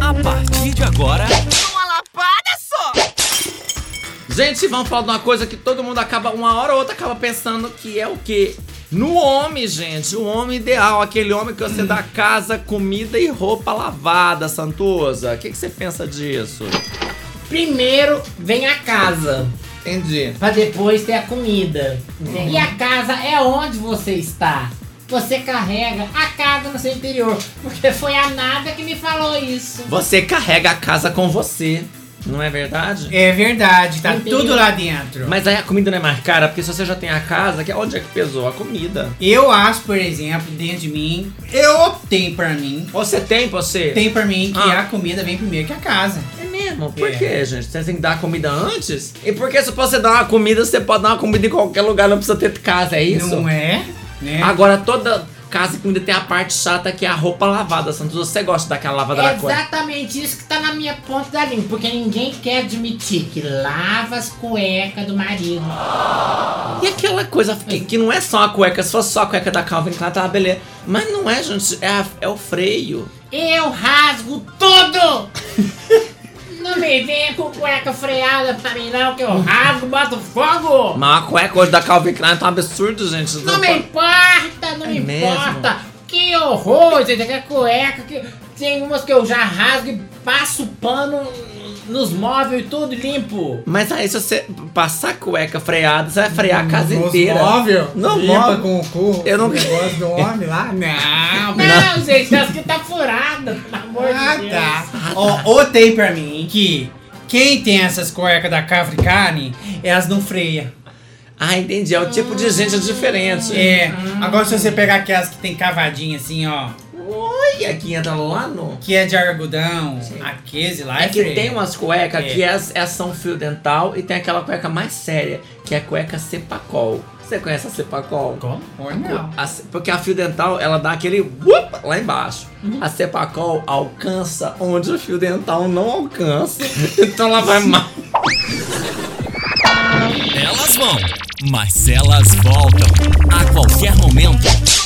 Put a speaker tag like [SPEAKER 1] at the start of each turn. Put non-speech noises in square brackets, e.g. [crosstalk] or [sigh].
[SPEAKER 1] A partir de agora.
[SPEAKER 2] Uma lapada só!
[SPEAKER 3] Gente, vamos falar de uma coisa que todo mundo acaba, uma hora ou outra, acaba pensando que é o quê? No homem, gente, o homem ideal, aquele homem que você dá casa, comida e roupa lavada, Santuza. O que, que você pensa disso?
[SPEAKER 4] Primeiro vem a casa,
[SPEAKER 3] Entendi.
[SPEAKER 4] pra depois ter a comida.
[SPEAKER 5] Uhum.
[SPEAKER 4] E a casa é onde você está. Você carrega a casa no seu interior, porque foi a nada que me falou isso.
[SPEAKER 3] Você carrega a casa com você, não é verdade?
[SPEAKER 5] É verdade, tá
[SPEAKER 4] Interior.
[SPEAKER 5] tudo lá dentro.
[SPEAKER 3] Mas aí a comida não é mais cara, porque se você já tem a casa, que onde é que pesou a comida?
[SPEAKER 5] Eu acho, por exemplo, dentro de mim, eu optei pra mim.
[SPEAKER 3] Você tem, você?
[SPEAKER 5] Tem pra mim que
[SPEAKER 3] Ah.
[SPEAKER 5] a comida vem primeiro que a casa.
[SPEAKER 3] É mesmo? Por
[SPEAKER 5] É.
[SPEAKER 3] que, gente? Você tem que dar a comida antes? E por que se você dar uma comida, você pode dar uma comida em qualquer lugar, não precisa ter casa, é isso?
[SPEAKER 5] Não é? Né?
[SPEAKER 3] Agora toda casa e comida tem a parte chata que é a roupa lavada, Santos. Você gosta daquela lavada
[SPEAKER 4] É
[SPEAKER 3] na cor?
[SPEAKER 4] exatamente isso que tá na minha ponta da língua, porque ninguém quer admitir que lava as cuecas do marido.
[SPEAKER 3] E aquela coisa que, que não é só a cueca, se fosse só a cueca da Calvin Klein, tava beleza. Mas não é, gente, é, a- é o freio.
[SPEAKER 4] Eu rasgo tudo! não me venha com cueca freada pra mim não, que eu rasgo, boto fogo!
[SPEAKER 3] Mas a cueca hoje da Calvin Klein tá um absurdo, gente.
[SPEAKER 4] Não me importa, não
[SPEAKER 3] É
[SPEAKER 4] me
[SPEAKER 3] mesmo?
[SPEAKER 4] importa. Que horror, gente, aquela cueca que tem umas que eu já rasgo e passo pano nos móveis e tudo limpo.
[SPEAKER 3] Mas aí se você passar a cueca freada, você vai frear a
[SPEAKER 5] Hum,
[SPEAKER 3] casa inteira.
[SPEAKER 5] móvel?
[SPEAKER 3] No
[SPEAKER 5] Limpa
[SPEAKER 3] móvel.
[SPEAKER 5] com o cu.
[SPEAKER 3] Eu não-
[SPEAKER 5] O negócio do
[SPEAKER 3] [laughs]
[SPEAKER 5] homem lá? Não.
[SPEAKER 4] Não, gente, as que tá furada, pelo amor
[SPEAKER 5] Ah,
[SPEAKER 4] de Deus.
[SPEAKER 5] tá. Ó, otei pra mim que quem tem essas cuecas da Capricane, elas não freia.
[SPEAKER 3] Ah, entendi. É o tipo de gente diferente.
[SPEAKER 5] É,
[SPEAKER 3] Uhum.
[SPEAKER 5] agora se você pegar aquelas que tem cavadinha assim, ó,
[SPEAKER 3] Olha, que entra lá no.
[SPEAKER 5] que é de algodão, a case lá
[SPEAKER 3] É que
[SPEAKER 5] freia.
[SPEAKER 3] tem umas cuecas
[SPEAKER 5] É.
[SPEAKER 3] que é, é são fio dental e tem aquela cueca mais séria, que é a cueca cepacol. Você conhece a cepacol?
[SPEAKER 4] Como?
[SPEAKER 5] Ou não.
[SPEAKER 3] A ce- porque a fio dental, ela dá aquele whoop lá embaixo. A cepacol alcança onde o fio dental não alcança. [laughs] Então ela vai [laughs] mais.
[SPEAKER 1] Elas vão, mas elas voltam. A qualquer momento.